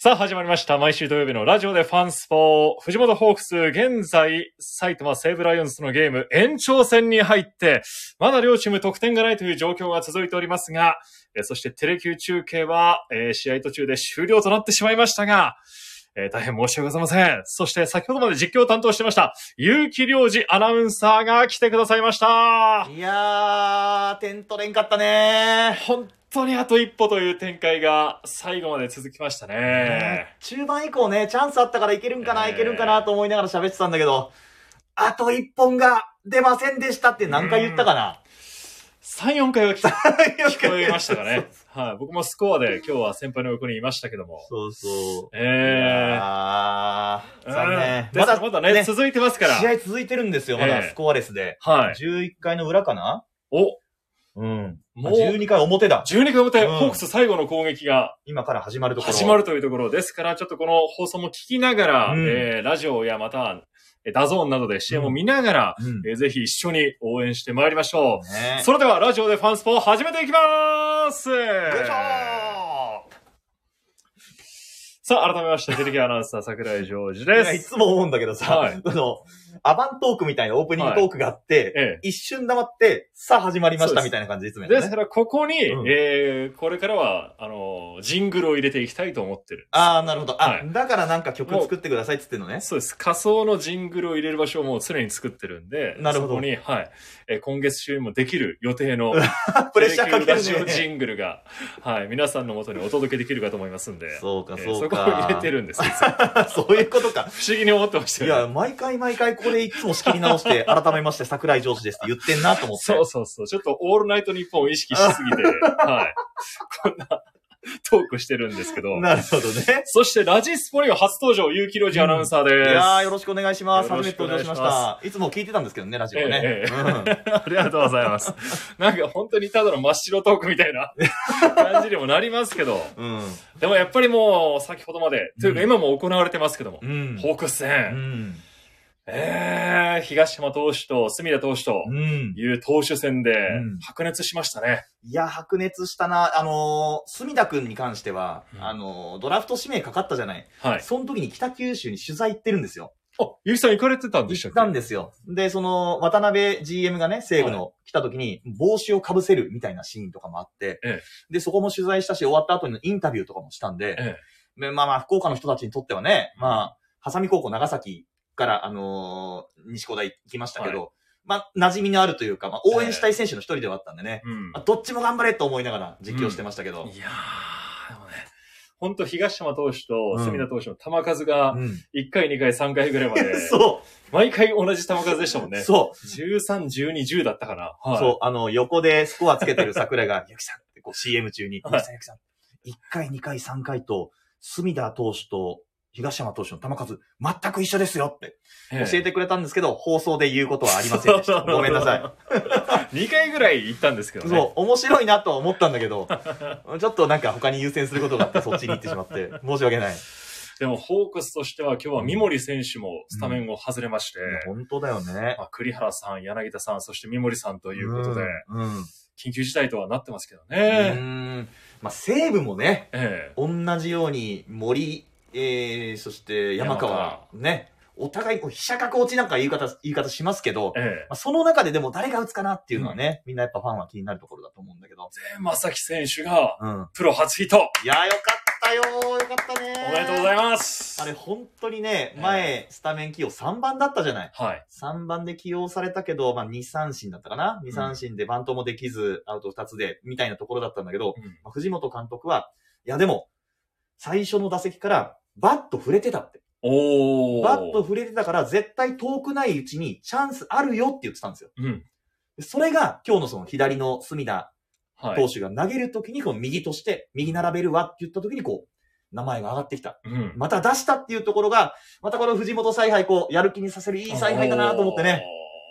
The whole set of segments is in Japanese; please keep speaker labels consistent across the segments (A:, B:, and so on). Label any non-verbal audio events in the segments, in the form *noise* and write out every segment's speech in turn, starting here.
A: さあ、始まりました。毎週土曜日のラジオでファンスポー。藤本ホークス、現在、埼玉西武ライオンズとのゲーム、延長戦に入って、まだ両チーム得点がないという状況が続いておりますが、えーそしてテレキュー中継は、えー試合途中で終了となってしまいましたが、えー大変申し訳ございません。そして、先ほどまで実況を担当してました、結城良二アナウンサーが来てくださいました。
B: いやー、点取れんかったね
A: 本当にあと一歩という展開が最後まで続きましたね。
B: 中盤以降ね、チャンスあったからいけるんかな、
A: えー
B: いけるんかなと思いながら喋ってたんだけど、あと一本が出ませんでしたって何回言ったかな
A: 3、4回は来た。
B: *laughs*
A: 聞
B: 聞
A: こえま
B: *laughs*
A: したかね。はい。僕もスコアで今日は先輩の横にいましたけども。
B: そうそう。
A: ええ
B: あー、残念。
A: まだ
B: まだ
A: まだね、続いてますから。
B: 試合続いてるんですよ、ま
A: え
B: だ
A: ー
B: スコアレスで。
A: はい。
B: 11回の裏かな
A: お、
B: うん。
A: も
B: も
A: う
B: う12回表だ。
A: 12回表、
B: うん
A: ホークス最後の攻撃が
B: 今から始まるところ。
A: 始まるというところですから、ちょっとこの放送も聞きながら、
B: うん
A: えーラジオやまた、えダゾーンなどで試合も見ながら、
B: うん。
A: えーぜひ一緒に応援してまいりましょう。
B: ね
A: それでは、ラジオでファンスポを始めていきます
B: よいしょー
A: さあ、改めまして、テレビアナウンサー桜井ジョージ
B: い
A: で
B: やい
A: す。
B: つも思うんだけどさ、
A: はい
B: あの、アバントークみたいなオープニングトークがあって、
A: ええ
B: 一瞬黙って、さあ始まりま
A: そ
B: し
A: うで
B: た
A: す
B: みたいな感じでいつもやる
A: です
B: ね。
A: から、ここに、
B: うん
A: えーこれからは、あの、ジングルを入れていきたいと思ってる。
B: ああ、なるほど。あ、
A: はい
B: だからなんか曲作ってくださいっつってんのね。
A: そうです。仮想のジングルを入れる場所をもう常に作ってるんで、
B: なるほど
A: そこに、はい。えー今月中にもできる予定の、
B: *laughs* プレッシャーかけ
A: テレキューラジオ
B: る
A: ジ
B: ね。
A: ングルが、はい。皆さんの元にお届けできるかと思いますんで、
B: *laughs* そうか、
A: えー
B: そ
A: そうこを
B: か。
A: 入れてるんです。
B: *laughs* そういうことか。
A: 不思議に思ってまし
B: い
A: たよね
B: や、毎回毎回ここでいつも仕切り直して、改めまして桜井上司ですって言ってんなと思って。
A: *laughs* そうそうそう。ちょっとオールナイトニッポンを意識しすぎ
B: *laughs*
A: て、はい。こんなトークしてるんですけど。
B: なるほどね。
A: そしてラジスポには初登場、結城良二アナウンサー
B: い
A: です。
B: やー、よろしくお願いします。
A: よろ
B: 初
A: し
B: め
A: く
B: て
A: お願い
B: 登
A: し
B: 場
A: ま
B: しますした。いつも聞いてたんですけどね、ラジオね。
A: ええ
B: うん
A: *laughs* ありがとうございます。なんか本当にただの真っ白トークみたいな感じにもなりますけど。
B: うん。
A: でもやっぱりもう、先ほどまで、というか
B: うん
A: 今も行われてますけども、
B: うん。
A: ホークス
B: う
A: 戦、
B: ん。
A: えー、東山投手と隅田投手と
B: うん。
A: いう投手戦で
B: うん
A: 白熱しましたね。
B: いや、白熱したな。あのー、隅田くんに関しては、
A: うん
B: あのー、ドラフト指名かかったじゃない。
A: はい。
B: その時に北九州に取材行ってるんですよ。
A: あ、ゆきさん行かれてたんでした
B: 行
A: っ
B: っ
A: け
B: たんですよ。で、その、渡辺 GM がね、西武の来た時に、帽子をかぶせるみたいなシーンとかもあって、
A: え
B: で、そこも取材したし、終わった後にインタビューとかもしたんで、
A: え
B: でまあまあ、福岡の人たちにとってはね、まあ、ハサミ高校長崎から、あのー西高大行きましたけど、まあ、馴染みのあるというか、まあ、応援したい選手の一人ではあったんでね、
A: うん
B: まあ、どっちも頑張れと思いながら実況してましたけど。
A: いやー、でもね、本当東山投手と隅田投手の球数が
B: うん、
A: 1回、2回、3回ぐらいまで *laughs*
B: そ
A: 毎回同じ球数でしたもん
B: う、
A: ね。
B: そう、
A: 13、12、10だったかな。はい、
B: そう、あの、横でスコアつけてる桜井が、 *laughs* ゆきさんってこう CM 中に、ゆき
A: はい
B: さん、ゆきさん、1回、2回、3回と、隅田投手と、東山投手の球数、全く一緒ですよって
A: え
B: 教えてくれたんですけど、放送で言うことはありませ
A: *laughs*
B: んでした。ごめんなさい。
A: い。2回ぐらい行ったんですけどね。
B: そう、面白いなとは思ったんだけど、ちょっとなんか他に優先することがあって、そっちに行ってしま
A: *laughs*
B: って、申し訳ない。
A: でも、ホークスとしては今日は三森選手もスタメンを外れまして、
B: 本当だよね。
A: まあ、栗原さん、柳田さん、そして三森さんということで、
B: うん。うん
A: 緊急事態とはなってますけど
B: う
A: ね。
B: ーん。まあ、西武もね、
A: ええ
B: 同じように森、えー、そして山川、ね、お互いこう、飛車角落ちなんか言い方、言い方しますけど、ま
A: ええ
B: あ、その中ででも誰が打つかなっていうのはね、みんなやっぱファンは気になるところだと思うんだけど。
A: で、正木選手が
B: うん。
A: プロ初ヒット。
B: いやーよかったよーよかったね
A: おめでとうございます。
B: あれ本当にね
A: え、え
B: 前、スタメン起用3番だったじゃない
A: はい。
B: 3番で起用されたけど、まあ2三振だったかな ?2 三振でバントもできず、アウト2つで、みたいなところだったんだけど、
A: うん
B: まあ藤本監督は、いやでも、最初の打席からバット触れてたって。
A: おー。
B: バット触れてたから絶対遠くないうちにチャンスあるよって言ってたんですよ。
A: うん。
B: でそれが今日のその左の隅田
A: はい。
B: 投手が投げるときにこの右として、右並べるわって言ったときにこう、名前が上がってきた。
A: うん。
B: また出したっていうところが、またこの藤本采配こう、やる気にさせるいい采配だなと思ってね。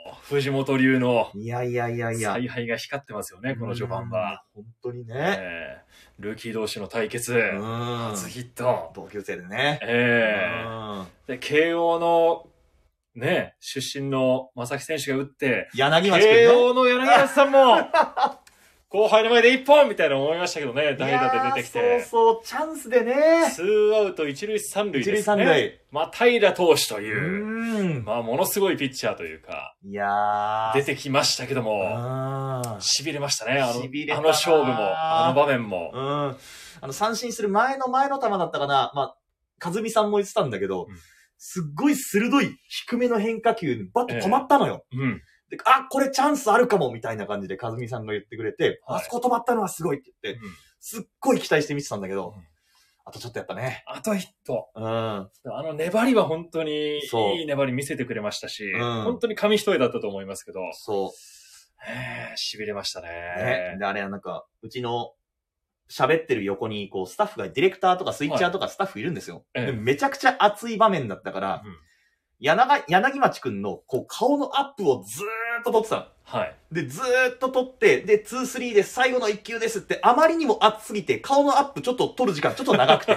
A: おー。藤本流の
B: いやいやいやいや。
A: 采配が光ってますよね、この序盤は。
B: うん。本当にね。
A: えールーキー同士の対決、
B: うん。
A: 初ヒット。
B: 同級生でね。
A: え
B: うん
A: ーで、慶応の、ね、出身の正木選手が打って、
B: 柳町くんね。
A: 慶応の柳田さんも、 *laughs* 後輩の前で一本みたいな思いましたけど *laughs* ね、
B: い
A: 代
B: や
A: 打で
B: ー
A: 出てきて。
B: そうそう、チャンスでね。
A: ツーアウト一塁三塁
B: 一
A: で
B: 塁
A: す
B: 三
A: ね。
B: 塁。
A: まあ、平投手と
B: う
A: いう、
B: ーん。
A: まあ、ものすごいピッチャーというか、
B: いやー。
A: 出てきましたけども、
B: あー
A: 痺れましたね、あの、
B: 痺れ
A: あ
B: たなー
A: の勝負も、あの場面も
B: う。ん。あの、三振する前の前の球だったかな。まあ、かずみさんも言ってたんだけど、
A: うん
B: すっごい鋭い低めの変化球にバッと止まったのよ。
A: うん。
B: であ、これチャンスあるかもみたいな感じでかずみさんが言ってくれて、
A: はい
B: あそこ止まったのはすごいって言って、すっごい期待して見てたんだけど、
A: うん
B: あとちょっとやっぱね。
A: あと一歩。
B: うん。
A: あの粘りは本当に
B: そう
A: いい粘り見せてくれましたし、
B: うん
A: 本当に紙一重だったと思いますけど、
B: そ
A: えー痺れましたね。
B: う。ね。で、あれはなんか、うちの、喋ってる横に、こう、スタッフが、ディレクターとかスイッチャーとかスタッフいるんですよ。
A: ええ
B: でめちゃくちゃ熱い場面だったから、
A: うん
B: 柳柳町くんのこう顔のアップをずーっと撮ってたの。
A: はい。
B: で、ずーっと撮って、で、2、3で最後の1球ですって、あまりにも熱すぎて、顔のアップちょっと撮る時間ちょっと長
A: *laughs*
B: くて。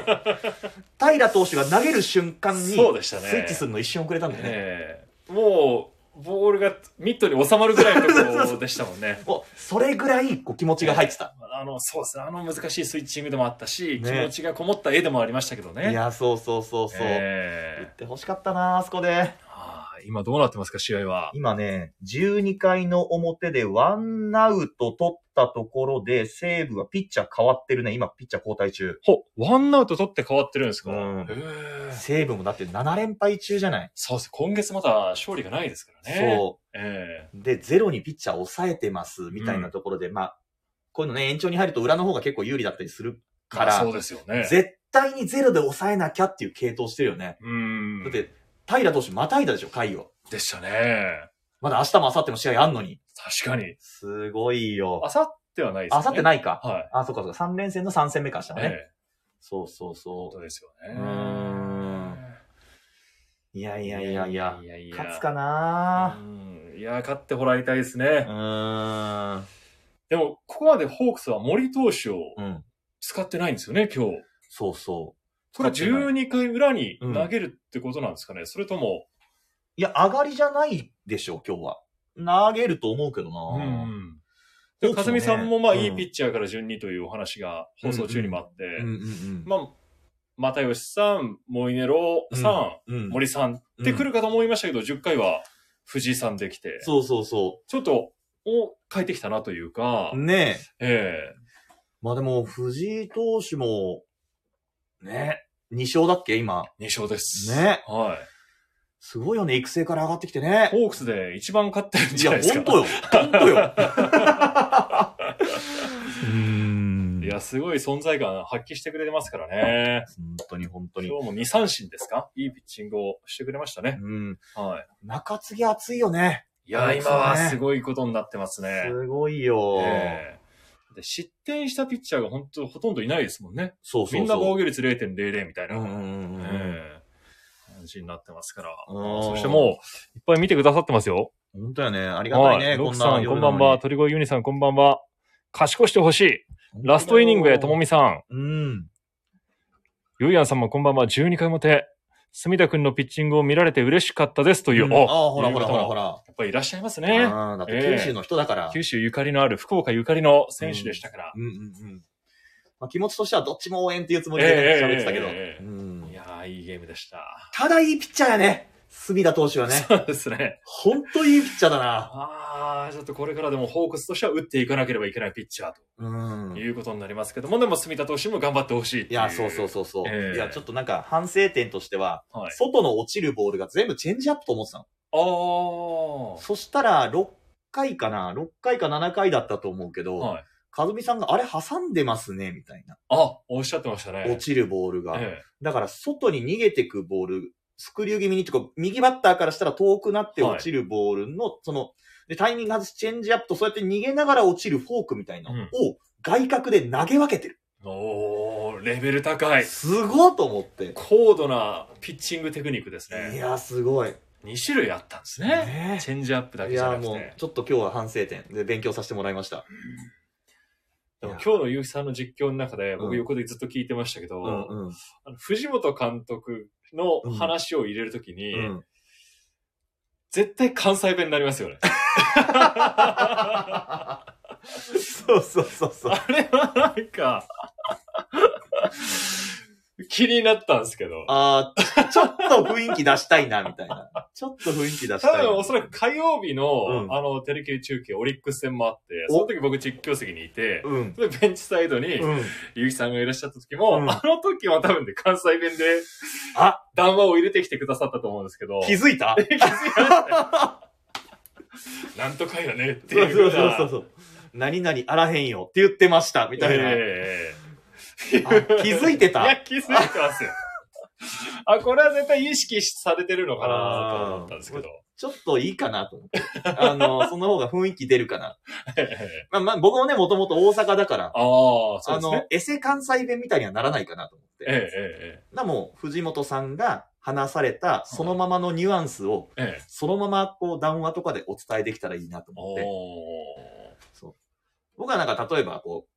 B: 平投手が投げる瞬間に、
A: そうでしたね
B: スイッチするの一瞬遅れたんだよね。
A: えーもう、ボールがミットに収まるぐらいのところでしたもん
B: *laughs*
A: ね。
B: もう、それぐらい、こう気持ちが入ってた。
A: あの、そうですね。あの難しいスイッチングでもあったし、
B: ね
A: 気持ちがこもった絵でもありましたけどね。
B: いや、そうそうそうそう。言
A: え
B: って欲しかったなあそこで。
A: ーはあ今どうなってますか、試合は。
B: 今ね、12回の表でワンアウト取ったところで、西武はピッチャー変わってるね。今、ピッチャー交代中。
A: ほ、ワンアウト取って変わってるんですか、
B: うん
A: へー
B: 西武もだって7連敗中じゃない。
A: そうです。今月まだ勝利がないですからね。。
B: そう
A: え
B: う。で、ゼロにピッチャー抑えてます、みたいなところで、まあ、こういうのね、延長に入ると裏の方が結構有利だったりする
A: ー
B: か
A: まあ
B: ら、
A: そうですよね。
B: 絶対にゼロで抑えなきゃっていう系統してるよね。
A: うん。
B: だって、平投手またいだでしょ、回を。
A: でしたね。
B: まだ明日も明後日も試合あんのに。
A: 確かに。
B: すごいよ
A: あ。さってはないです
B: 明
A: よね。
B: 後日ないか。
A: は
B: あ、そうかそうか。3連戦の3戦目かした
A: い。
B: ね。
A: ええ
B: そうそう
A: 本
B: そ
A: 当ですよね。
B: うーんう。いやいやいやいや。
A: いやいや
B: 勝つかな
A: うんいや、勝ってもらいたいですね
B: う。ーん。
A: でも、ここまでホークスは森投手を
B: うん。
A: 使ってないんですよね、今日。
B: そうそう。
A: これは
B: 使ってない
A: 12回裏に投げるってことなんですかね、それとも、
B: いや、上がりじゃないでしょ、今日は。投げると思うけどな。
A: うん。でも、かすみさんも、まあ、いいピッチャーから順にというお話が放送中にもあって、
B: うんうんうん。
A: まあ、又吉さん、モイネロさん、
B: うん、
A: 森さんって来るかと思いましたけど、10回は藤井さんできて、
B: そうそうそ
A: ちょっと、を変えてきたなというか、
B: う。ねえ。
A: え
B: まあでも、藤井投手も、ね、2勝だっけ、今。
A: え2勝です。
B: ね。
A: はい。
B: すごいよね、育成から上がってきてね。
A: ホークスで一番勝ってるん
B: い
A: じゃない
B: や、
A: ですか。
B: ほんとよ。ほんとよ。
A: *laughs*
B: うん
A: いや、すごい存在感発揮してくれてますからね。
B: 本当に本当に。
A: 今日も2三振ですかいいピッチングをしてくれましたね。
B: うん。
A: は
B: 中継ぎ熱いよね。
A: い。いや、
B: そうです
A: 今
B: ね
A: はすごいことになってますね。
B: すごいよ。
A: ええで失点したピッチャーが本当ほとんどいないですもんね。
B: そうそうそう。
A: みんな防御率0.00みたいな、
B: うんうんうんうん。
A: ええ感じになってますから。
B: うん
A: そしてもう、いっぱい見てくださってますよ。
B: 本当やね。ありがた
A: はい
B: ね。
A: い。ロ
B: こ
A: ク
B: ん
A: さ、
B: なん夜
A: こんば
B: なの
A: ん
B: に
A: は。。鳥越ユニさん、こんばんは。賢してほしい。ラストイニングへ、ともみさん。
B: み。うん。
A: ゆうやんさんもこんばんは、12回表。隅田くんのピッチングを見られて嬉しかったですという、
B: うん
A: お
B: あ
A: や
B: あ、
A: っ
B: ほらほらほらほら。
A: ぱりいらっしゃいます
B: う
A: ね。
B: んだって九州の人だから。
A: 九州ゆかりのある、福岡ゆかりの選手でしたから。
B: うんうんうん。まあ気持ちとしてはどっちも応援っていうつもりでね
A: ええ
B: 喋ってたけど
A: ええええ。
B: うん
A: いやー、いいゲームでした。
B: ただいいピッチャーやね。隅田投手はね。
A: そうですね。
B: ほんといいピッチャーだな。
A: あー、ちょっとこれからでもホークスとしては打っていかなければいけないピッチャー
B: うん。
A: と
B: い
A: いうことになりますけども、でも隅田投手も頑張ってほしいっていう。
B: や、そうそうそうそう。
A: ええ
B: いや、ちょっとなんか反省点としては、
A: はい。
B: 外の落ちるボールが全部チェンジアップと思ってたの。
A: あー。
B: そしたら、6回かな ?6 回か7回だったと思うけど、
A: はい。
B: かずみさんがあれ挟んでますね、みたいな。
A: あ、おっしゃってましたね。
B: 落ちるボールが。
A: え
B: だから外に逃げてくボール、スクリュー気味にとか、右バッターからしたら遠くなって落ちるボールの、その、で、タイミング外しチェンジアップと、そうやって逃げながら落ちるフォークみたいなの
A: うん
B: を外角で投げ分けてる。
A: え。おー、レベル高い。
B: すごいと思って。
A: 高度なピッチングテクニックです
B: い
A: ね。
B: や、すごい。
A: 2種類あったんですね。
B: ね
A: チェンジアップだ
B: い
A: けじゃ
B: や、
A: なくて。
B: も
A: で
B: う、ちょっと今日は反省点で勉強させてもらいました。
A: も今日の結城さんの実況の中で、
B: う
A: 僕
B: ん
A: 横でずっと聞いてましたけど、
B: うんうん。
A: あの藤本監督の話を入れるときに、
B: うん
A: 絶対関西弁になりますよね。
B: そうそうそうそう。
A: あれはなんか、 *laughs* 気になったんですけど。
B: ああ、ちょっと雰囲気出したいな、みたいな。ちょっと雰囲気出した
A: 多
B: いな。
A: 分おそらく火曜日の、
B: うん
A: あの、テレキュー中継、オリックス戦もあって、
B: お
A: その時僕実況席にいて、
B: うん。
A: で、ベンチサイドに、
B: うん。
A: ゆうきさんがいらっしゃった時も、
B: うん
A: あの時は多分ね、関西弁で、
B: あ
A: 談話を入れてきてくださったと思うんですけど、
B: 気づいた
A: *laughs* なんとかやねってい
B: そううそうそう
A: な
B: そうそう。何々あらへんよって言ってました、みたいな。
A: ええ
B: あ気づいてた
A: いや、気づいてますよ。あ、これは絶対意識されてるのかなと思ったんですけど。
B: ちょっといいかなと思って。あの、その方が雰囲気出るかな。
A: ええ
B: まあまあ、僕もね、もともと大阪だから、
A: ああ、そう
B: あ
A: です
B: の
A: ね。、
B: エセ関西弁みたいにはならないかなと思って。
A: ええ
B: なもう、藤本さんが話された、そのままのニュアンスを、
A: えええええ。
B: そのまま、こう、談話とかでお伝えできたらいいなと思
A: お
B: って。
A: お。
B: 僕はなんか、例えば、こう、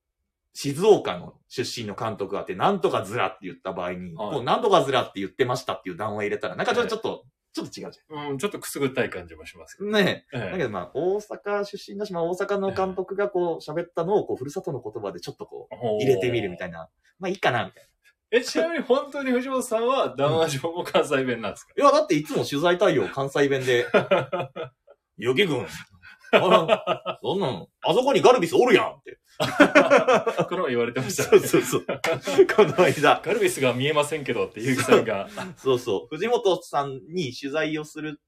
B: 静岡の出身の監督があって、なんとかずらって言った場合に、
A: はい
B: こう、なんとかずらって言ってましたっていう談話入れたら、なんかちょっと、ちょっと、ちょっと違うじ
A: うん、ちょっとくすぐったい感じもしますけ
B: ゃん。ね
A: ど。
B: え。
A: え
B: だ
A: え
B: けどまあ、大阪出身だし、まあ、大阪の監督がこう、喋ったのを、こう、ふるさとの言葉でちょっとこう、入れてみるみた
A: い
B: いな。まあ、いいかな、みたい
A: な。え、ちなみに本当に藤本さんは談話上も関西弁なんですか
B: な。いや、だっていつも取材対応関西弁で、ヨギ君、あら、そんなの、あそこにガルビスおるやんって。
A: これも言われてましたね、
B: *laughs* そうそうそう。 *laughs* この間、
A: ガルビスが見えませんけどって結城さんが。
B: *laughs* そうそう。藤本さんに取材をする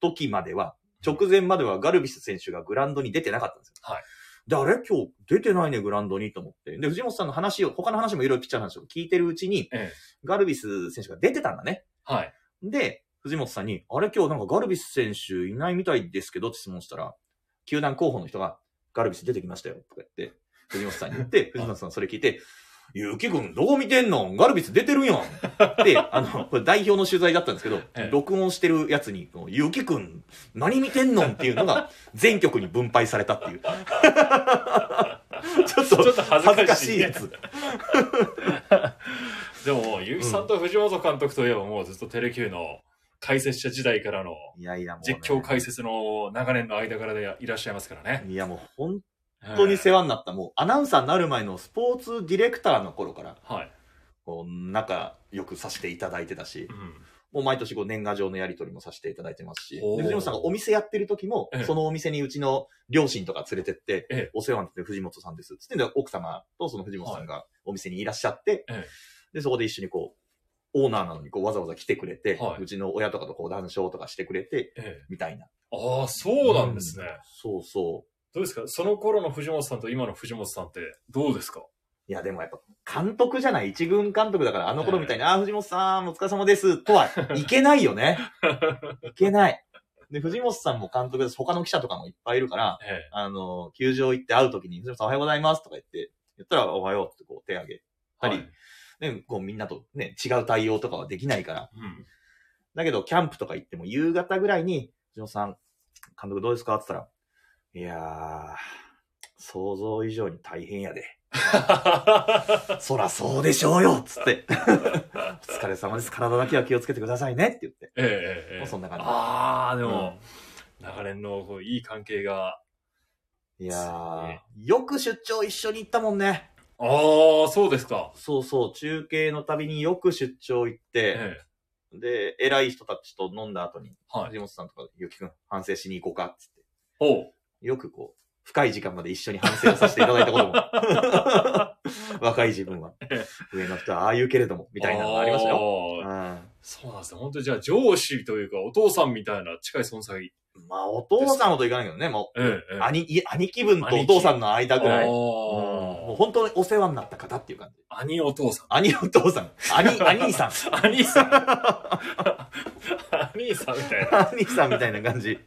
B: 時までは、直前まではガルビス選手がグラウンドに出てなかったんですよ。
A: はい。
B: で、あれ今日出てないね、グラウンドにと思って。で、藤本さんの話を、他の話もいろいろピッチャーの話を聞いてるうちに、
A: ええ
B: ガルビス選手が出てたんだね。
A: はい。
B: で、藤本さんに、あれ今日なんかガルビス選手いないみたいですけどって質問したら、球団候補の人が、ガルビス出てきましたよ、とか言って、藤本さんに
A: *laughs*
B: 言って、藤本さんそれ聞いて、ゆうきくん、どこ見てんのガルビス出てるやんって、あの、これ代表の取材だったんですけど、
A: ええ
B: 録音してるやつに、ゆうきくん、何見てんのんっていうのが、全局に分配され
A: *laughs*
B: たっていう。ちょっ
A: ちょ
B: と
A: っと恥ず
B: 恥ず
A: か
B: か
A: し
B: し
A: い
B: いや
A: ね。
B: つ。
A: でももう、結城さんと藤本監督といえばもうずっとテレキューの解説者時代からの
B: いやいや、もうね、
A: 実況解説の長年の間からでいらっしゃいますからね。
B: いや、もう本
A: 本
B: 本当に世話になった、もうアナウンサーになる前のスポーツディレクターの頃から、
A: はい。
B: こう、仲良くさせていただいてたし
A: う、ん
B: もう毎年こう年賀状のやり取りもさせていただいてますし、
A: おー
B: で藤本さんがお店やってる時も
A: ええ、
B: そのお店にうちの両親とか連れてって、
A: ええ
B: お世話になってる藤本さんです。つってで、奥様とその藤本さんがお店にいらっしゃって、
A: ええ
B: で、そこで一緒にこう、オーナーなのにこうわざわざ来てくれて、
A: はいう
B: ちの親とかとこう談笑とかしてくれて、
A: ええ
B: みたいな。
A: ああ、そうなんですね。
B: うそうそう。
A: どうですかその頃の藤本さんと今の藤本さんってどうですか
B: いや、でもやっぱ、監督じゃない、一軍監督だから、あの頃みたいに、ああ、藤本さん、お疲れ様です、とは、いけないよ *laughs* ね。いけない。で、藤本さんも監督です。他の記者とかもいっぱいいるから、
A: え
B: あの、球場行って会う時に、藤本さんおはようございます、とか言って、言ったら、おはようってこう手挙げ
A: え。
B: たり、ね、こうみんなとね、違う対応とかはできないから。 *laughs*
A: うん
B: だけど、キャンプとか行っても、夕方ぐらいに、藤本さん、監督どうですかって言ったら、いやー、想像以上に大変やで。そらそうでしょうよつって。お疲れ様です。体だけは気をつけてくださいねって言って。
A: えええええ
B: も
A: え。
B: うそんな感じ
A: ああ、でも、長年のこういい関係が。
B: いやー、よく出張一緒に行ったもんね。
A: ああ、そうですか。
B: そうそう、中継のたびによく出張行って、
A: ええ。
B: で、偉い人たちと飲んだ後に、
A: はい。
B: 藤本さんとか、ゆきくん、反省しに行こうかっつっ
A: おう。
B: て。よくこう、深い時間まで一緒に反省をさせていただいたこ
A: *laughs*
B: とも。若い自分は。上の人はああ言うけれども、みたいなのがありましたよ。
A: よ
B: うん。
A: そうなんですね。本当にじゃあ上司というかお父さんみたいな近い存在。
B: まあ、お父さんほどいかないけどね、もう、
A: ええ。ええ
B: 兄、い兄貴分とお父さんの間ぐらい。
A: あー
B: うんもう本当にお世話になった方っていう感じ。
A: 兄お父さん。
B: 兄お父さん。
A: *laughs*
B: 兄、兄さん。
A: 兄さん。兄さんみたいな。
B: 兄さんみたいな感じ。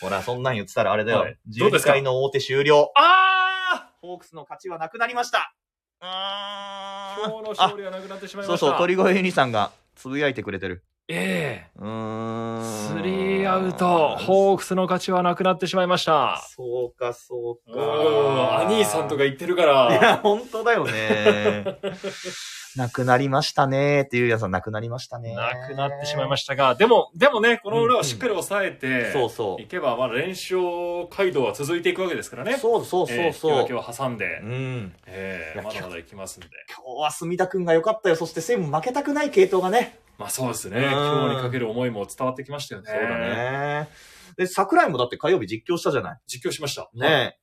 B: ほら、そんなん言ってたらあれだよ。
A: はいどうで
B: 12
A: すか
B: 回の表終了。
A: あ
B: ホークスの勝ちはなくなりました。う
A: あ
B: ー
A: 今日
B: ん
A: の勝利はなくなってしまい
B: そ
A: ま
B: う
A: した。
B: そう、鳥越ユニさんがつぶやいてくれてる。
A: ええ
B: うーん。
A: スリーアウト。ホークスの勝ちはなくなってしまいました。
B: そうか、そう
A: うん。
B: か。
A: 兄さんとか
B: い
A: 言ってるから。 *laughs*
B: や、本当だよね。なくなりましたねーっていうやつはなくなりましたね。
A: なくなってしまいましたが、でも、でもね、この裏をしっかり抑えて、
B: そうそう
A: い。けば、まあ、連勝街道は続いていくわけですからね。
B: そうそうそうそう。
A: えー引き分けを挟んで、
B: うん。
A: えーまだまだいきますんで。
B: 今日は隅田くんが良かったよ。そして西武負けたくない系統がね。
A: まあそうですね。
B: うん
A: 今日にかける思いも伝わってきましたよね。。
B: ね。で、桜井もだって火曜日実況したじゃない。
A: 実況しました。
B: ねえ。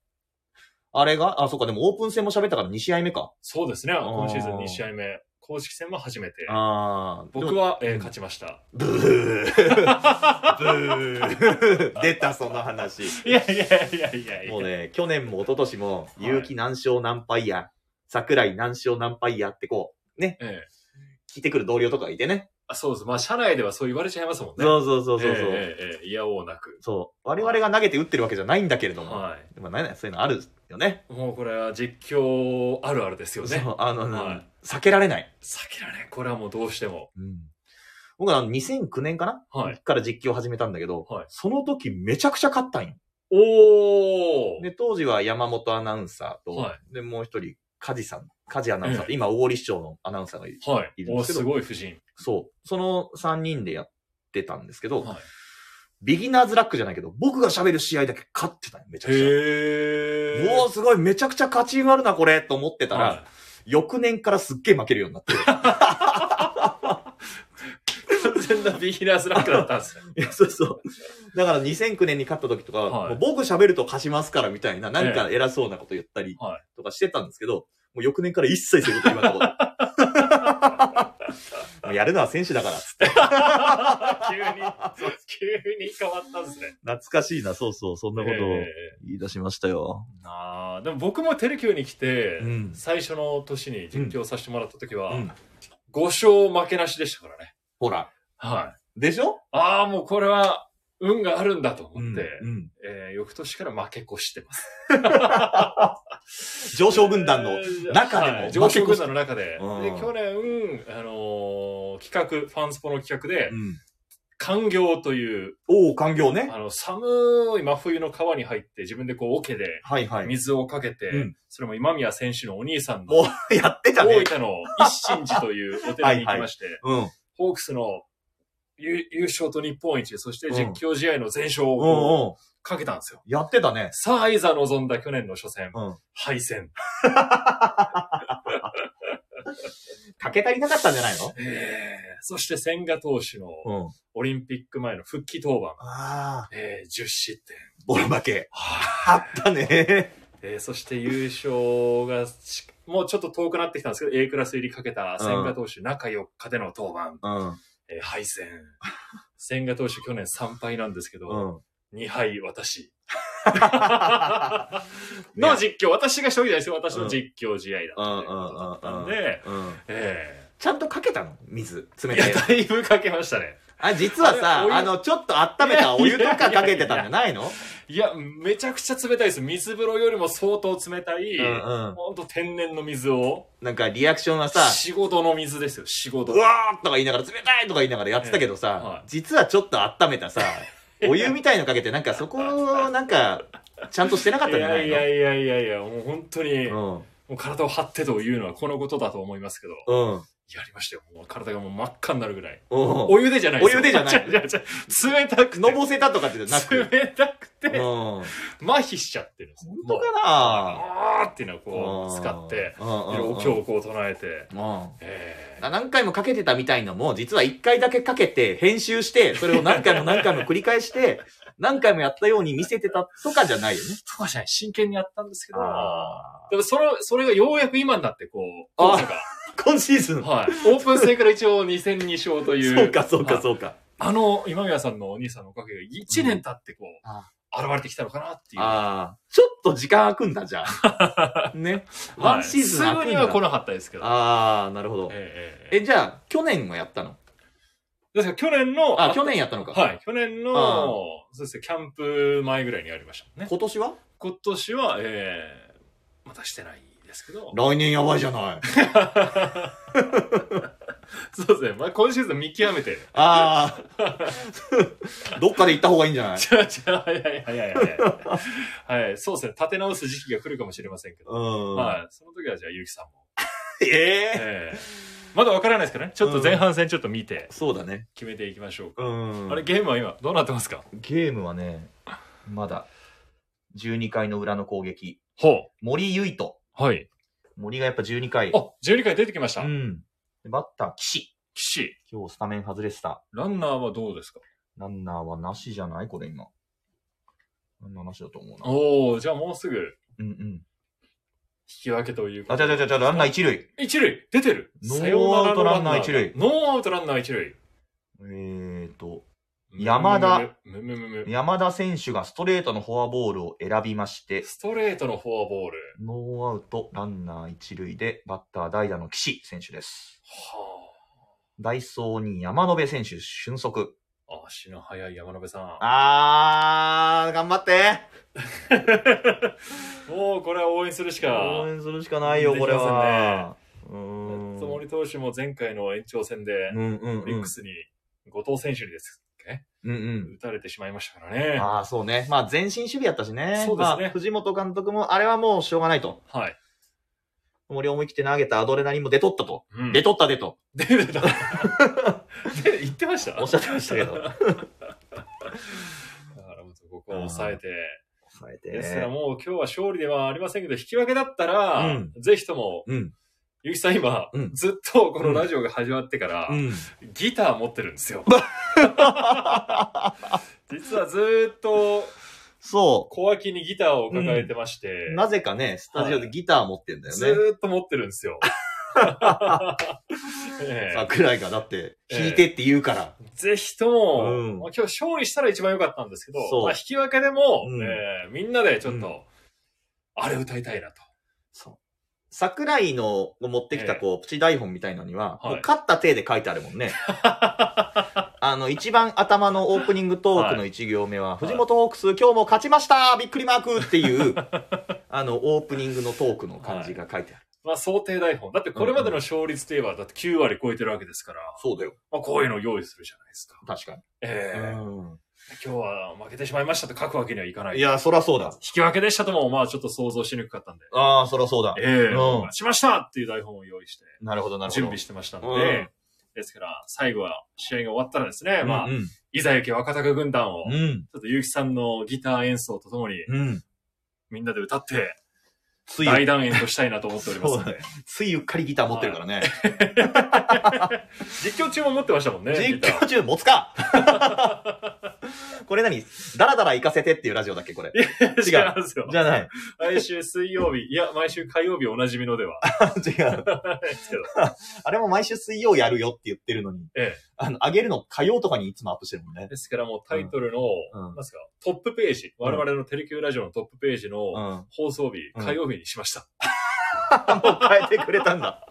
B: あれが、あ、そうか、でもオープン戦も喋ったから2試合目か。
A: そうですね。
B: ん
A: 今シーズン2試合目。公式戦も初めて。
B: ああ。
A: 僕 *laughs*
B: は、
A: は、えー
B: うん
A: 勝ちました。
B: ブー。ブ
A: *laughs*
B: ー。出た、その話。
A: いやいやいやいやいや。
B: もうね、去年も一昨年も、結城何勝何敗や、桜井何勝何敗やってこう、ね、
A: ええ
B: 聞いてくる同僚とかがいてね。
A: あそうです。まあ、社内ではそう言われちゃいますもんね。
B: そうそうそうそう。
A: え
B: そ
A: ええ
B: う
A: えええいやおうなく。
B: そう。我々が投げて打ってるわけじゃないんだけれども。
A: は
B: でもね、そういうのあるよね。
A: い。もうこれは実況あるあるですよね。
B: そう、あの、
A: はい
B: 避けられない。
A: 避けられん。これはもうどうしても。
B: 僕はあの2009年かな、
A: はい
B: から実況始めたんだけど、
A: はい
B: その時めちゃくちゃ勝ったんよ。
A: おー
B: で、当時は山本アナウンサーと、
A: は
B: で、もう一人、梶さん、梶アナウンサーと、今、大堀市長のアナウンサーがいる。
A: はい
B: い。るん
A: お
B: で
A: ー
B: すけど
A: すごい夫人。
B: そう。その3人でやってたんですけど、
A: はい
B: ビギナーズラックじゃないけど、僕が喋る試合だけ勝ってたよ、めちゃくちゃ。
A: へー。
B: おー、すごい、めちゃくちゃ勝ち上がるな、これと思ってたら、
A: はい
B: 翌年からすっげえ負けるように
A: *laughs*
B: なって。
A: 完全なビギナーズラックだったんですね。
B: いや、そうそう。だから2009年に勝った時とか、
A: はい
B: もう僕喋ると貸しますからみたいな、何か偉そうなこと言ったり
A: はい
B: とかしてたんですけど、もう翌年から一切そういうこと言わなか
A: *laughs*
B: った。もうやるのは選手だからっつって。
A: *laughs* 急に、急に変わったんですね。
B: 懐かしいな、そうそう、そんなことを
A: え
B: 言い出しましたよ。
A: ーなあでも僕もテレキューに来て、
B: うん
A: 最初の年に実況させてもらった時は、
B: うん
A: 5勝負けなしでしたからね。
B: ほら。
A: はい。
B: でしょ
A: ああ、もうこれは、運があるんだと思って、
B: うん
A: えー翌年から負け越してます。
B: 上昇軍団の。中でも
A: はい上昇軍団の中で。
B: うん
A: で、去年、あのー企画、ファンスポの企画で、
B: うん
A: 環業という、
B: おお、官業ね。
A: あの、寒い真冬の川に入って、自分でこう、桶で、
B: はいはい。
A: 水をかけて、
B: うん
A: それも今宮選手のお兄さんの、
B: もう、やってた
A: 大
B: ね。
A: 分の一神寺というお寺に行きま
B: *laughs*
A: して、
B: うん。
A: ホークスの優優勝と日本一、そして
B: うん
A: 実況試合の全勝を
B: うん
A: こ
B: うん。
A: うかけたんですよ。
B: やってたね。
A: さあ、いざ臨んだ去年の初戦、
B: うん。
A: 敗戦。
B: かけ足りなかったんじゃないの
A: えーそして千賀投手の
B: うん。
A: オリンピック前の復帰登板、
B: ああ、
A: えー10失点。
B: ボロ負け。あったね。
A: えーそして優勝がしもうちょっと遠くなってきたんですけど、A クラス入りかけた千賀投手、中4日での登板、
B: うん。
A: えー敗
B: *laughs*
A: 戦。千賀投手去年3敗なんですけ
B: う
A: ど、
B: ん。
A: 2敗私。 *laughs* の実況、私が勝利じゃないですよ、私の実況試合だっていうことだったんで、
B: うん。
A: え
B: ちゃんとかけたの水。
A: え
B: 冷
A: いや
B: たい、やつ。
A: だいぶかけましたね。
B: あ、実は
A: あれお湯
B: さ、あの、ちょっと温めたお湯とかかけてたんじゃないの
A: いや、めちゃくちゃ冷たいです。水風呂よりも相当冷たい、
B: うんうん。
A: ほんと天然の水を、
B: なんかリアクションはさ、
A: 仕事の水ですよ、仕事
B: う。わーとか言いながら冷たいとか言いながらやってたけど
A: ええは
B: さ
A: い、
B: 実はちょっと温めた *laughs* さ、お湯みたいのかけて、なんかそこをなんか、ちゃんとしてなかったん
A: い
B: じゃな
A: や
B: い
A: い
B: の
A: やいやいやいや、もう本当に、も
B: うん。
A: う体を張ってというのはこのことだと思いますけど、
B: うん。
A: やりましたよ。もう体がもう真っ赤になるぐらい。
B: うん。
A: お湯でじゃないすよ
B: お湯でじゃな
A: *laughs*
B: い
A: 違う違う違う冷たく
B: の
A: て、
B: ぼせたとかってなく。
A: *laughs* 冷たく
B: うん。
A: て、
B: 本
A: 麻痺しちゃってるんですよ。
B: 当
A: もう
B: かな
A: あーっていうのをこう、使って、
B: うんうんうんうん
A: お経をこう唱えて、
B: うん
A: えー
B: な何回もかけてたみたいのも、実は一回だけかけて、編集して、それを何回も何回も繰り
A: *laughs*
B: 返して、何回もやったように見せてたとかじゃないよね。
A: とかじゃない、真剣にやったんですけど、でもそれ、それがようやく今になってこう、
B: あ
A: 効果が
B: 今シーズン。
A: はい。オープン戦から一応2戦2勝という。
B: そうか、そう
A: は
B: か、
A: い
B: そうか。
A: あの、今宮さんのお兄さんのおかげが1年経ってこう、
B: あ
A: 現れてきたのかなっていう。
B: ああ。ちょっと時間空くんだ、じゃ
A: *laughs*
B: あ。ね。
A: はい
B: ワンシーズン
A: す
B: 空
A: ぐ
B: くん
A: に
B: だ。
A: は来なかったですけど。
B: ああ、なるほど。
A: ええええ
B: え、じゃあ、去年はやったの
A: ですから去年の、
B: あ、去年やったのか。
A: はい、去年の
B: ああ、
A: そうですね、キャンプ前ぐらいにやりましたね。
B: 今年は
A: 今年は、ええまたしてないですけど。
B: 来年やばいじゃない。
A: そうですね、まあ今シーズン見極めて。
B: ああ。 *laughs* どっかで行った方 *laughs* がいいんじゃない
A: じゃあ、じゃあ、いやいやいやいやいやはい、そうですね、立て直す時期が来るかもしれませんけど。
B: うん。
A: はい、その時はじゃあ、ゆうきさんも。
B: ええ
A: ええまだわからないですけどね。ちょっと前半戦ちょっと見て
B: そうだね。
A: 決めていきましょうか。
B: うん。
A: あれ、ゲームは今どうなってますか
B: ゲームはね、まだ、12回の裏の攻撃。
A: ほ
B: 森唯斗。
A: う。はい。
B: 森がやっぱ12回。
A: あ、12回出てきました。
B: うん。でバッター、岸。
A: 岸。
B: 今日スタメン外れてた。
A: ランナーはどうですか
B: ランナーはなしじゃないこれ今。ランナーなしだと思うな。
A: おおじゃあもうすぐ引
B: うんうん。
A: き分けという
B: あ、
A: こ
B: じゃ
A: と
B: じゃじゃじゃランナー一塁。
A: 一塁出てる
B: ノー
A: サヨナラの
B: アウトランナー一塁
A: ノーアウトランナー一塁。
B: えーと、山田
A: むむむむむむむ。
B: 山田選手がストレートのフォアボールを選びまして、
A: ストレートのフォアボール。
B: ノーアウト、ランナー一塁で、バッター代打の岸選手です。
A: は
B: ダイソーに山野辺選手、俊足。
A: あ。足の速い山野辺さん。
B: あー、頑張って
A: *laughs* もうこれは応援するしか。
B: 応援するしかないよ、これは。うーん。
A: つもり投手も前回の延長戦で
B: う、んうん
A: オ
B: う
A: リッ
B: ん
A: ク。スに後藤選手にですっけ
B: うんうん。
A: 打たれてしまいましたからね。
B: ああ、そうね。まあ、前進守備やったしね。
A: そうですね
B: まあ、藤本監督も、あれはもうしょうがないと。
A: はい。
B: 森思い切って投げたアドレナリンも出とったと。
A: うん
B: 出とったでと。
A: 出てた。で言ってました
B: おっしゃってましたけど。
A: だからもうここは抑えて。
B: 抑え
A: ですから
B: て。
A: もう今日は勝利ではありませんけど、引き分けだったら、
B: うん
A: ぜひとも、
B: うん。
A: ゆきさん今、
B: うん
A: ずっとこのラジオが始まってから、
B: うん。
A: ギター持ってるんです
B: *laughs*
A: よ。実はずーっと
B: そ
A: 小脇にギターを抱えてまして、
B: う。なぜかね、スタジオでギター持ってんだよ
A: ず
B: ね。
A: ーっと持ってるん
B: *laughs*
A: ですよ。ええ
B: 桜井がだって、弾いてって言うから。
A: ぜひとも、
B: うん
A: まあ、今日勝利したら一番良かったんですけど
B: そ、う
A: まあ、引き分けでも、
B: うん
A: えーみんなでちょっと、
B: うん
A: あれ歌いたいなと。
B: そう。桜井の持ってき
A: え
B: た、
A: え
B: こう、プチ台本みたいのに
A: は
B: は、
A: い
B: もう勝った手で書いてあるもん
A: *laughs*
B: ね。あの、一番頭のオープニングトークの一行目は、
A: い
B: 藤本ホークス、今日も勝ちましたびっくりマークっていう、 *laughs* あの、オープニングのトークの感じが書いてある。
A: まあ、想定台本。だってこれまでの勝率といえば、だって9割超えてるわけですから、
B: そうだよ。
A: まあ、こういうのを用意するじゃないですか。
B: 確かに。
A: ええ今日は負けてしまいましたと書くわけにはいかない。
B: いや、そらそうだ
A: 引。き分けでしたとも、まあちょっと想像しにくかったんで。
B: ああ、そらそうだ。
A: ええ
B: うん
A: しましたっていう台本を用意して、
B: なるほど、なるほど。
A: 準備してましたので、
B: うん
A: ですから、最後は試合が終わったらですね、
B: うん
A: まあ、
B: うん。
A: いざ行け若隆軍団を、
B: う
A: ち
B: ん。
A: ょっと結城さんのギター演奏とともに、
B: うん。
A: みんなで歌って、
B: つい、
A: 大団円としたいなと思っておりますので。
B: ついうっかりギター持ってるからね。
A: 実況中も持ってましたもんね、ギ
B: 実
A: ター。
B: 況中持つかこれ何ダラダラ行かせてっていうラジオだっけこれ。
A: *laughs* 違いますよ
B: じ。ゃない。 *laughs*
A: 来週水曜日、いや、毎週火曜日おなじみので
B: *laughs*
A: は。
B: 違う。
A: ですけど
B: あれも毎週水曜やるよって言ってるのに。
A: ええ
B: あの、上げるの火曜とかにいつもアップしてるもんね。
A: ですからもうタイトルの、
B: うん
A: なんですか、トップページ、
B: うん
A: 我々のテレキューラジオのトップページの、
B: うん。
A: 放送日、
B: うん
A: 火曜日にしま
B: *laughs*
A: した。
B: もう変えてくれたんだ。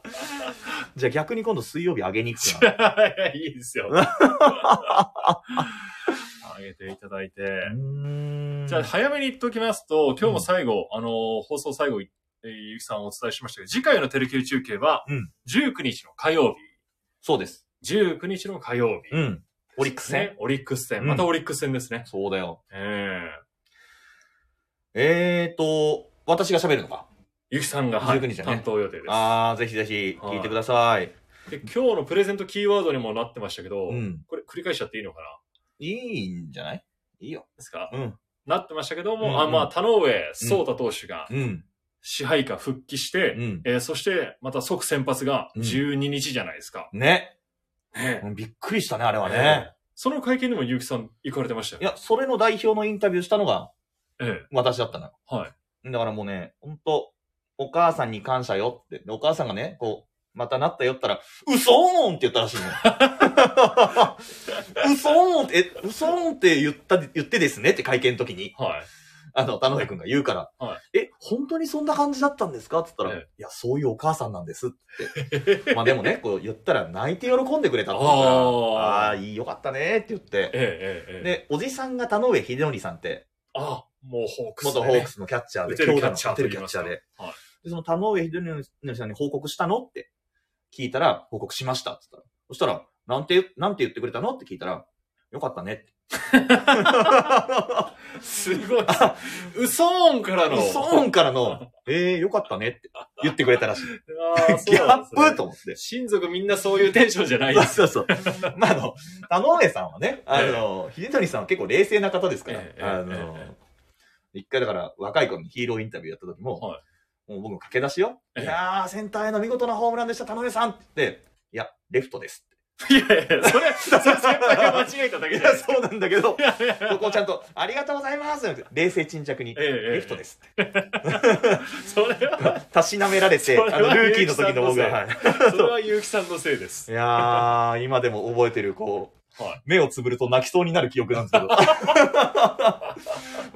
B: じゃあ逆に今度水曜日上げに行くか
A: いい
B: *laughs*
A: ですよ。あげていただいて。
B: な。うーん
A: じゃあ、早めに言っておきますと、今日も最後、あのー、放送最後、いえーゆきさんお伝えしましたけど、次回のテレキュー中継は
B: うん、
A: 19日の火曜
B: そうです。
A: 日、19日の火曜日、
B: うん。オリックス戦。
A: ね、オリックス
B: う
A: 戦、
B: ん
A: またオリックス戦ですね。
B: そうだよ。
A: え
B: えーと、私が喋るのか。
A: えゆきさんが、はい
B: 19日だね
A: 担当予定です。
B: あー、ぜひぜひ聞いてください。
A: で今日のプレゼントキーワードにもなってましたけど、
B: うん。
A: これ繰り返しちゃっていいのかない
B: いんじゃないいいよ。
A: ですか
B: うん。
A: なってましたけども、
B: うんうん
A: あまあ、田上壮太投手が
B: うん。
A: 支配下復帰して、
B: うん。
A: えーそしてまた即先発が12日じゃないですか。
B: ね。
A: ね
B: うんびっくりしたね、あれは
A: え
B: ね。
A: ーその会見でも結城さん行かれてましたよ
B: い
A: ね。
B: や、それの代表のインタビューしたのが
A: え
B: 私だったのよ。
A: えはい。
B: だからもうね、ほんと、お母さんに感謝よって。でお母さんがね、こう、またなったよったら、嘘ーんって言ったら
A: *laughs*
B: しいのよ。嘘ーんって、え、嘘ーんって言った、言ってですねって会見の時に、
A: はい。
B: あの、田辺くんが言うから、
A: は
B: え、本当にそんな感じだったんですかって言ったら、
A: え
B: いや、そういうお母さんなんです
A: *laughs*
B: って。まあでもね、こう言ったら泣いて喜んでくれたって言うから、
A: あー
B: ああー、いい、よかったねって言って、
A: ええええええ
B: で、おじさんが田上秀則さんって、
A: あ、もうホークス、ね。
B: 元ホークスのキャッチャーで、
A: 打てるキャッチャー
B: 強打の打てるキャッチャーで。
A: はい
B: で、その田上秀則さんに報告したのって聞い
A: *laughs*
B: たら、報告しましたって言ったら。そしたら、なんて、なんて言ってくれたのって聞いたら、よかったねって。
A: すごい。嘘音からの。
B: ソーンからの、えー、よかったねって言ってくれたらしい。
A: あー
B: ギ
A: そうなん
B: ャ
A: で
B: ッ
A: すね
B: プと思って。
A: 親族みんなそういうテンションじゃないです。
B: *laughs* そうそう。まあ、あの、田上さんは
A: *laughs*
B: ね、あの、秀則さんは結構冷静な方ですから、
A: ええ
B: あ
A: え
B: の
A: ええ、
B: 一回だから若い頃にヒーローインタビューやった時も、
A: は
B: もう僕の駆け出しよ。
A: ええ
B: いやー、センターへの見事なホームランでした、田上さんって言って、いや、レフトですっ
A: いやいやいや、それ、それ先輩が間違えただ
B: て。
A: け *laughs*
B: い
A: じゃない
B: や、
A: ですか。
B: そうなんだけど
A: い、やいやいや
B: そ *laughs* こをちゃんと、ありがとうございますって冷静沈着に、
A: ええええ
B: レフトですって。
A: それは、
B: たしなめられて、
A: それは
B: あの、ルーキーの時の僕
A: ゆう
B: が、
A: き
B: はい。
A: それは結城さんのせいです
B: い。やー、今でも覚えてる、こう、
A: はい
B: 目をつぶると泣きそうになる記憶なんですけ *laughs* ど。まあ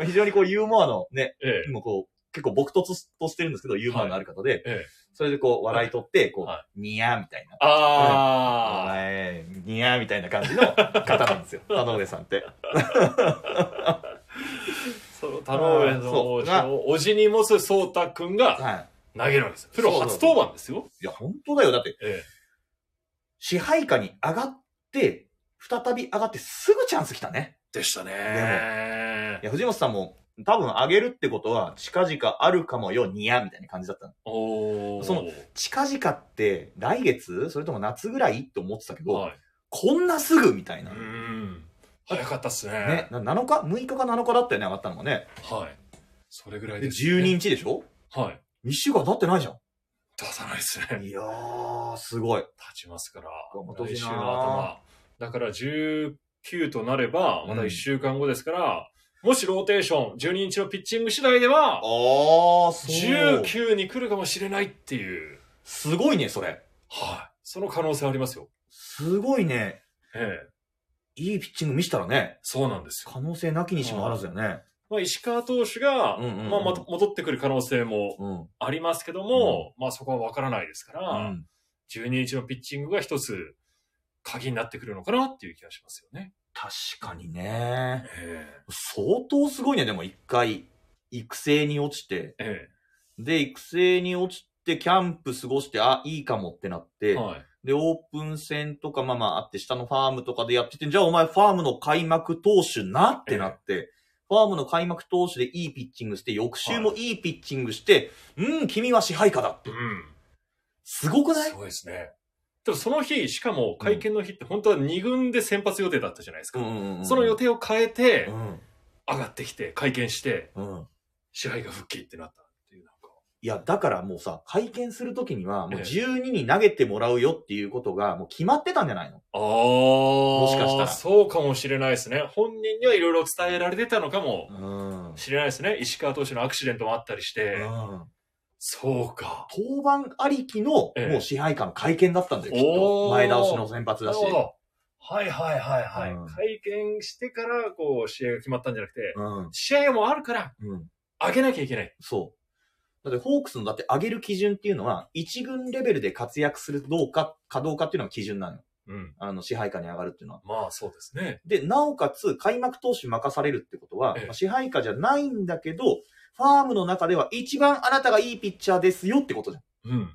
B: 非常にこう、ユーモアのね、
A: *laughs* ええ。
B: もうこう、結構僕とつとしてるんですけど、ユーモアのある方で、
A: ええ
B: それでこう、笑い取って、こう、
A: は
B: ニヤーみたいな。お
A: あ
B: 前、ニヤーみたいな感じの方なん *laughs* ですよ。田上さんって。
A: あ、その田上のおじのおじに持つ颯太くんが
B: は
A: 投げるわけですよ。プロ初登板ですよ。
B: い。いや、本当だよ。だって、
A: え
B: 支配下に上がって、再び上がってすぐチャンス来たね。
A: え。でした
B: い
A: ね。
B: や、藤本さんも、多分上げるってことは、近々あるかもよ、ニヤーみたいな感じだったの。
A: おー
B: その、近々って、来月それとも夏ぐらいって思ってたけど、
A: はい。
B: こんなすぐみたいうな。
A: ん。早かったっすね。
B: ね、な7日 ?6 日か7日だったよね、上がったのがね。
A: はい。それぐらい
B: で、
A: ですね。
B: 12日でしょ
A: はい。
B: ?1 週間経ってないじゃん。
A: 出さないですね。
B: いやー、すごい。
A: 立ちますから
B: 頑張っ、てほ
A: 来
B: しい
A: 週
B: な
A: の頭。だから19となれば、まだ1週間後ですから、もしローテーション、12日のピッチング次第では
B: あ、ー、そう。
A: 19に来るかもしれないっていう、
B: すごいね、それ。
A: はい。その可能性ありますよ。
B: すごいね。
A: ええ。
B: いいピッチング見せたらね、
A: そうなんですよ。
B: 可能性なきにしもあらずだよね。
A: まあ、石川投手が、
B: うんうんうん
A: まあ、また戻ってくる可能性も
B: うん。うん。
A: ありますけども、まあ、そこはわからないですから、12日のピッチングが一つ、鍵になってくるのかなっていう気がしますよね。
B: 確かにね。
A: え
B: 相当すごいね、でも一回、育成に落ちて、
A: え。え
B: で、育成に落ちて、キャンプ過ごして、あ、いいかもってなって、
A: え。はい。
B: で、オープン戦とか、まあまああって、下のファームとかでやってて、じゃあお前ファームの開幕投手なってなって、ファームの開幕投手でいいピッチングして、翌週もいいピッチングして、うん、君は支配下だって
A: う。ん。
B: すごくない
A: すごいですね。でもその日、しかも会見の日って本当は2軍で先発予定だったじゃないですか。
B: ん
A: その予定を変えて
B: う、ん。
A: 上がってきて、会見して、
B: うん。
A: 支配が復帰ってなったっていう、なんか。
B: いや、だからもうさ、会見するときには、もう
A: ええ
B: 12に投げてもらうよっていうことが、もう決まってたんじゃないの
A: ああ。
B: しかしたら
A: そうかもしれないですね。本人にはいろいろ伝えられてたのかも
B: うん。
A: しれないですね。石川投手のアクシデントもあったりして。そうか。
B: 登板ありきの、
A: ええ
B: もう支配下の会見だったんだよ、きっ
A: おー
B: と。前倒しの先発
A: な
B: だ
A: る
B: し。
A: ほど。はいはいはいはい。
B: うん
A: 会見してから、こう、試合が決まったんじゃなくて、
B: うん。
A: 試合もあるから、
B: うん。
A: 上げなきゃいけない。
B: そう。だって、ホークスのだって上げる基準っていうのは、一軍レベルで活躍するどうか、かどうかっていうのが基準なのよ。
A: うん。
B: あの、支配下に上がるっていうのは。
A: まあそうですね。
B: で、なおかつ、開幕投手任されるってことは、
A: ええ
B: まあ支配下じゃないんだけど、ファームの中では一番あなたがいいピッチャーですよってことじゃ
A: うん。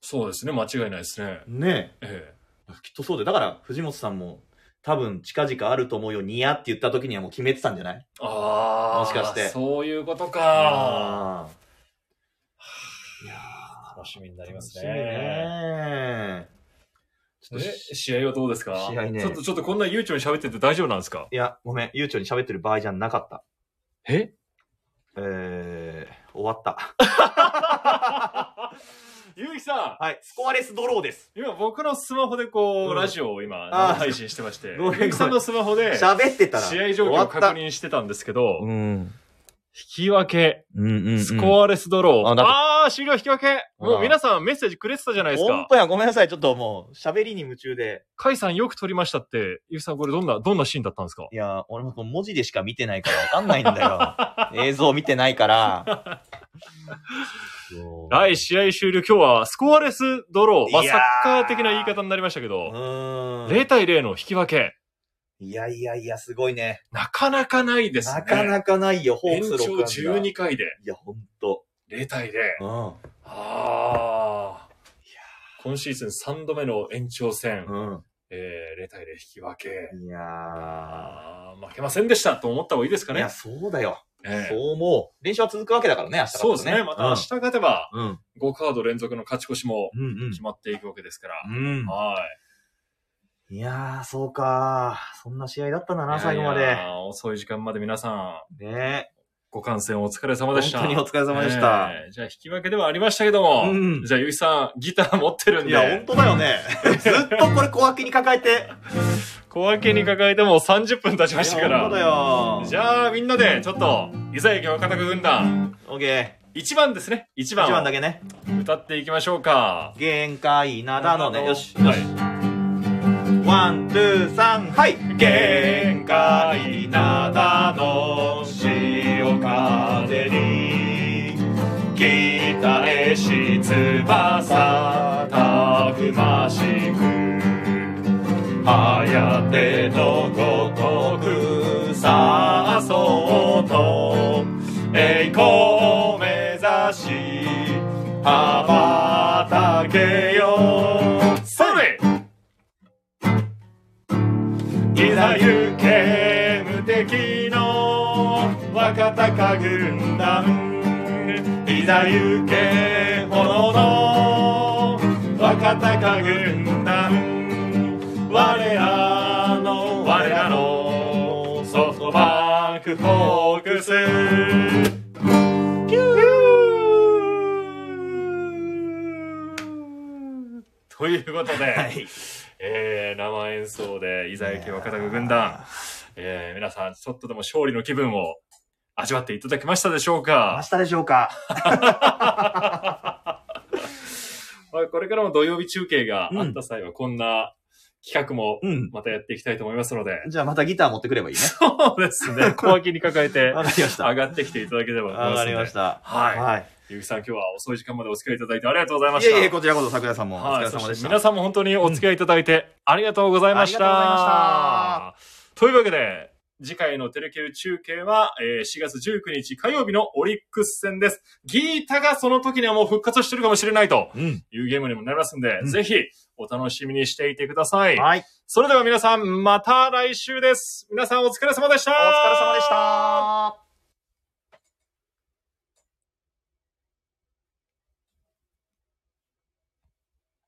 A: そうですね。間違いないですね。
B: ん。ね
A: え
B: え。きっとそうで。だから、藤本さんも、多分、近々あると思うよ、ニヤって言った時にはもう決めてたんじゃない
A: え。ああ。
B: もしかして
A: そういうことか。
B: あ。いやー
A: 楽しみになります
B: 楽しみ
A: ね。
B: ねちょっと
A: え、試合はどうですか
B: 試合ね
A: ちょっと、ちょっとこんな悠長に喋ってて大丈夫なんですか
B: いや、ごめん、悠長に喋ってる場合じゃなかった。
A: え
B: えー、終わった。
A: ゆうきさん
B: はい、スコアレスドローです。
A: 今僕のスマホでこう、
B: うん
A: ラジオを今
B: あー
A: 生配信してまして、
B: ごめんごめん
A: ゆうきさんのスマホで試
B: 喋ってたら。
A: 合状況を確認してたんですけど、
B: 終わった。うん。
A: 引き分け、
B: うんうん、うん。
A: スコアレスドロー。
B: あだって
A: ああー、終了引き分け。
B: ほら
A: もう皆さんメッセージくれてたじゃないです
B: 本
A: か。
B: 当や、ごめんなさい。ちょっともう、喋りに夢中で。
A: カイさんよく撮りましたって、ゆうきさんこれどんな、どんなシーンだったんですか
B: いや、俺もこの文字でしか見てないからわかんないんだ *laughs* よ。映像見てないから。 *laughs* そう
A: はい、試合終了。今日はスコアレスドロー。まあ、
B: いや
A: サ
B: ー
A: ッカー的な言い方になりましたけ
B: う
A: ど、
B: ー
A: 0
B: ん。
A: 対0の引き分け。
B: いやいやいや、すごいね。
A: なかなかないですね。
B: なかなかないよ、ホー
A: 延
B: クス
A: 長
B: 6安打
A: 12回で
B: いや、ほんと。
A: 0対0。
B: うん。
A: ああ。今シーズン3度目の延長戦。
B: うん。
A: えー、0対0引き分け。
B: いや
A: あー負けませんでしたと思った方がいいですか
B: ー。い
A: ね
B: や、。そうだよ。
A: え
B: そ
A: え
B: う思う。練習は続くわけだからね、明日から
A: そうですね。また明日勝てば、
B: うん。うん。
A: 5カード連続の勝ち越しも
B: うん
A: 決まっていくわけですから。
B: うん。うん。
A: はい。
B: いやー、そうかー。そんな試合だったんだな、最後
A: い
B: ま
A: や
B: で
A: い。や遅い時間まで皆さん、
B: ね
A: ご観戦お疲れ様
B: 本
A: でした。
B: 当にお疲れ様でした。
A: ええじゃあ、引き分けではありましたけども、
B: うん
A: じゃあ、ゆいさん、ギター持ってるんで。
B: いや、本当だよ。ね。 *laughs* ずっとこれ小脇に抱えて。
A: 小分けに抱えてもう30分経ちましたか
B: いや本当だ
A: ら。
B: よ。
A: じゃあ、みんなで、ちょっと、伊沢駅を固く軍団、
B: オッケ
A: 1番ですね。1
B: ー。
A: 番
B: 一番だ
A: を
B: けね。
A: 歌っていきましょうか。
B: 限界なだのね。よし。
A: はい。
B: ワン、ツー、サン、はい。
A: 限界なだの潮風に北へし翼たくましくはやてのごとくさあそうと栄光を目指し羽ばたけよそれいざ行け無敵の若鷹軍団いざ行け炎の若鷹軍団我らの我らのソフトバンクホークスキューということで、
B: はい。
A: えー、生演奏で、伊沢駅若田軍団、えー、皆さん、ちょっとでも勝利の気分を味わっていただけましたでしょう
B: 明
A: か
B: 日でしょうか。
A: はいこれからも土曜日中継が
B: うん
A: あった際は、こんな企画も
B: うん。
A: またやっていきたいと思いますので、
B: じゃあまたギター持ってくればいいね。
A: そうです
B: *laughs*
A: ね、小脇に抱えて、
B: わかりました。
A: 上
B: わ
A: がってきていただければと思います
B: か
A: ので。
B: りました。
A: はい
B: はい。
A: ゆうきさん、今日は遅い時間までお付き合いいただいてありがとうございま
B: い
A: した。
B: えいえ、こちらこそ桜さんもお疲
A: はい、
B: れ
A: そ
B: 様で
A: し
B: してた。
A: 皆さんも本当にお付き合いいただいてありがとうございました。
B: ありが
A: というわけで、次回のテレキュー中継は、えー4月19日火曜日のオリックス戦です。ギータがその時にはもう復活してるかもしれないと
B: うん。
A: いうゲームにもなりますんで、
B: うん
A: ぜひお楽しみにしていてください。
B: はい。
A: それでは皆さん、また来週です。皆さんお疲れ様でした。お
B: お疲れ様でし。た。